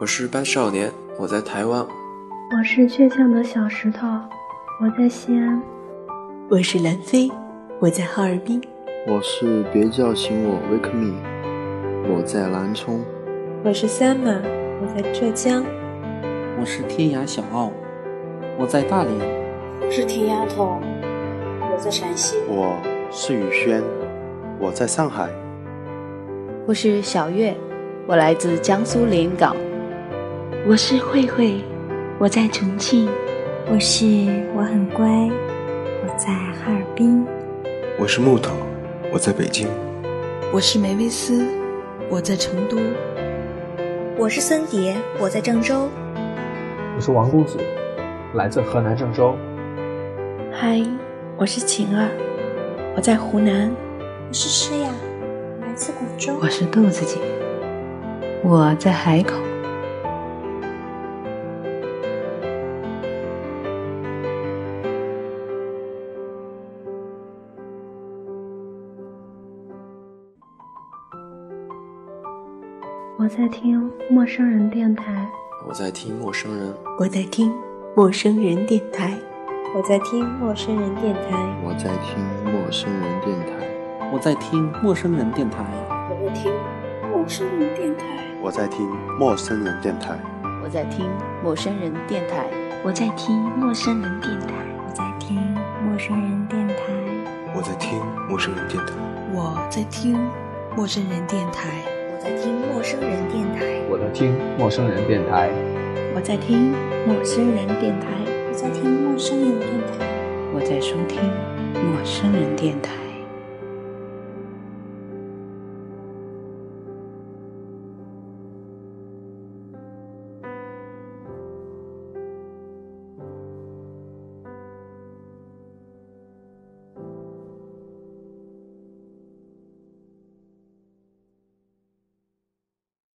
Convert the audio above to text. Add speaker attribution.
Speaker 1: 我是班少年，我在台湾。
Speaker 2: 我是倔强的小石头，我在西安。
Speaker 3: 我是兰飞，我在哈尔滨。
Speaker 4: 我是别叫醒我，Wake Me，我在南充。
Speaker 5: 我是三马，我在浙江。
Speaker 6: 我是天涯小奥，我在大连。
Speaker 7: 我是铁丫头，我在陕西。
Speaker 8: 我是宇轩，我在上海。
Speaker 9: 我是小月，我来自江苏临港。
Speaker 10: 我是慧慧，我在重庆。
Speaker 11: 我是我很乖，我在哈尔滨。
Speaker 12: 我是木头，我在北京。
Speaker 13: 我是梅维斯，我在成都。
Speaker 14: 我是森蝶，我在郑州。
Speaker 15: 我是王公子，来自河南郑州。
Speaker 16: 嗨，我是晴儿，我在湖南。
Speaker 17: 我是诗雅，来自广州。
Speaker 18: 我是豆子姐，我在海口。
Speaker 2: 我在听陌生人电台。
Speaker 1: 我在听陌生人，
Speaker 3: 我在听陌生人电台，
Speaker 5: 我在听陌生人电台，
Speaker 4: 我在听陌生人电台，
Speaker 6: 我在听陌生人电台，
Speaker 7: 我在听陌生人电台，
Speaker 8: 我在听陌生人电台，
Speaker 9: 我在听陌生人电台，
Speaker 2: 我在听陌生人电台，
Speaker 11: 我在听陌生人电台，
Speaker 12: 我在听陌生人电台，
Speaker 13: 我在听陌生人电台。
Speaker 14: 我在听陌生人电台，
Speaker 15: 我在听陌生人电台，
Speaker 16: 我在听陌生人电台，
Speaker 17: 我在听陌生人电台，
Speaker 18: 我在收听陌生人电台。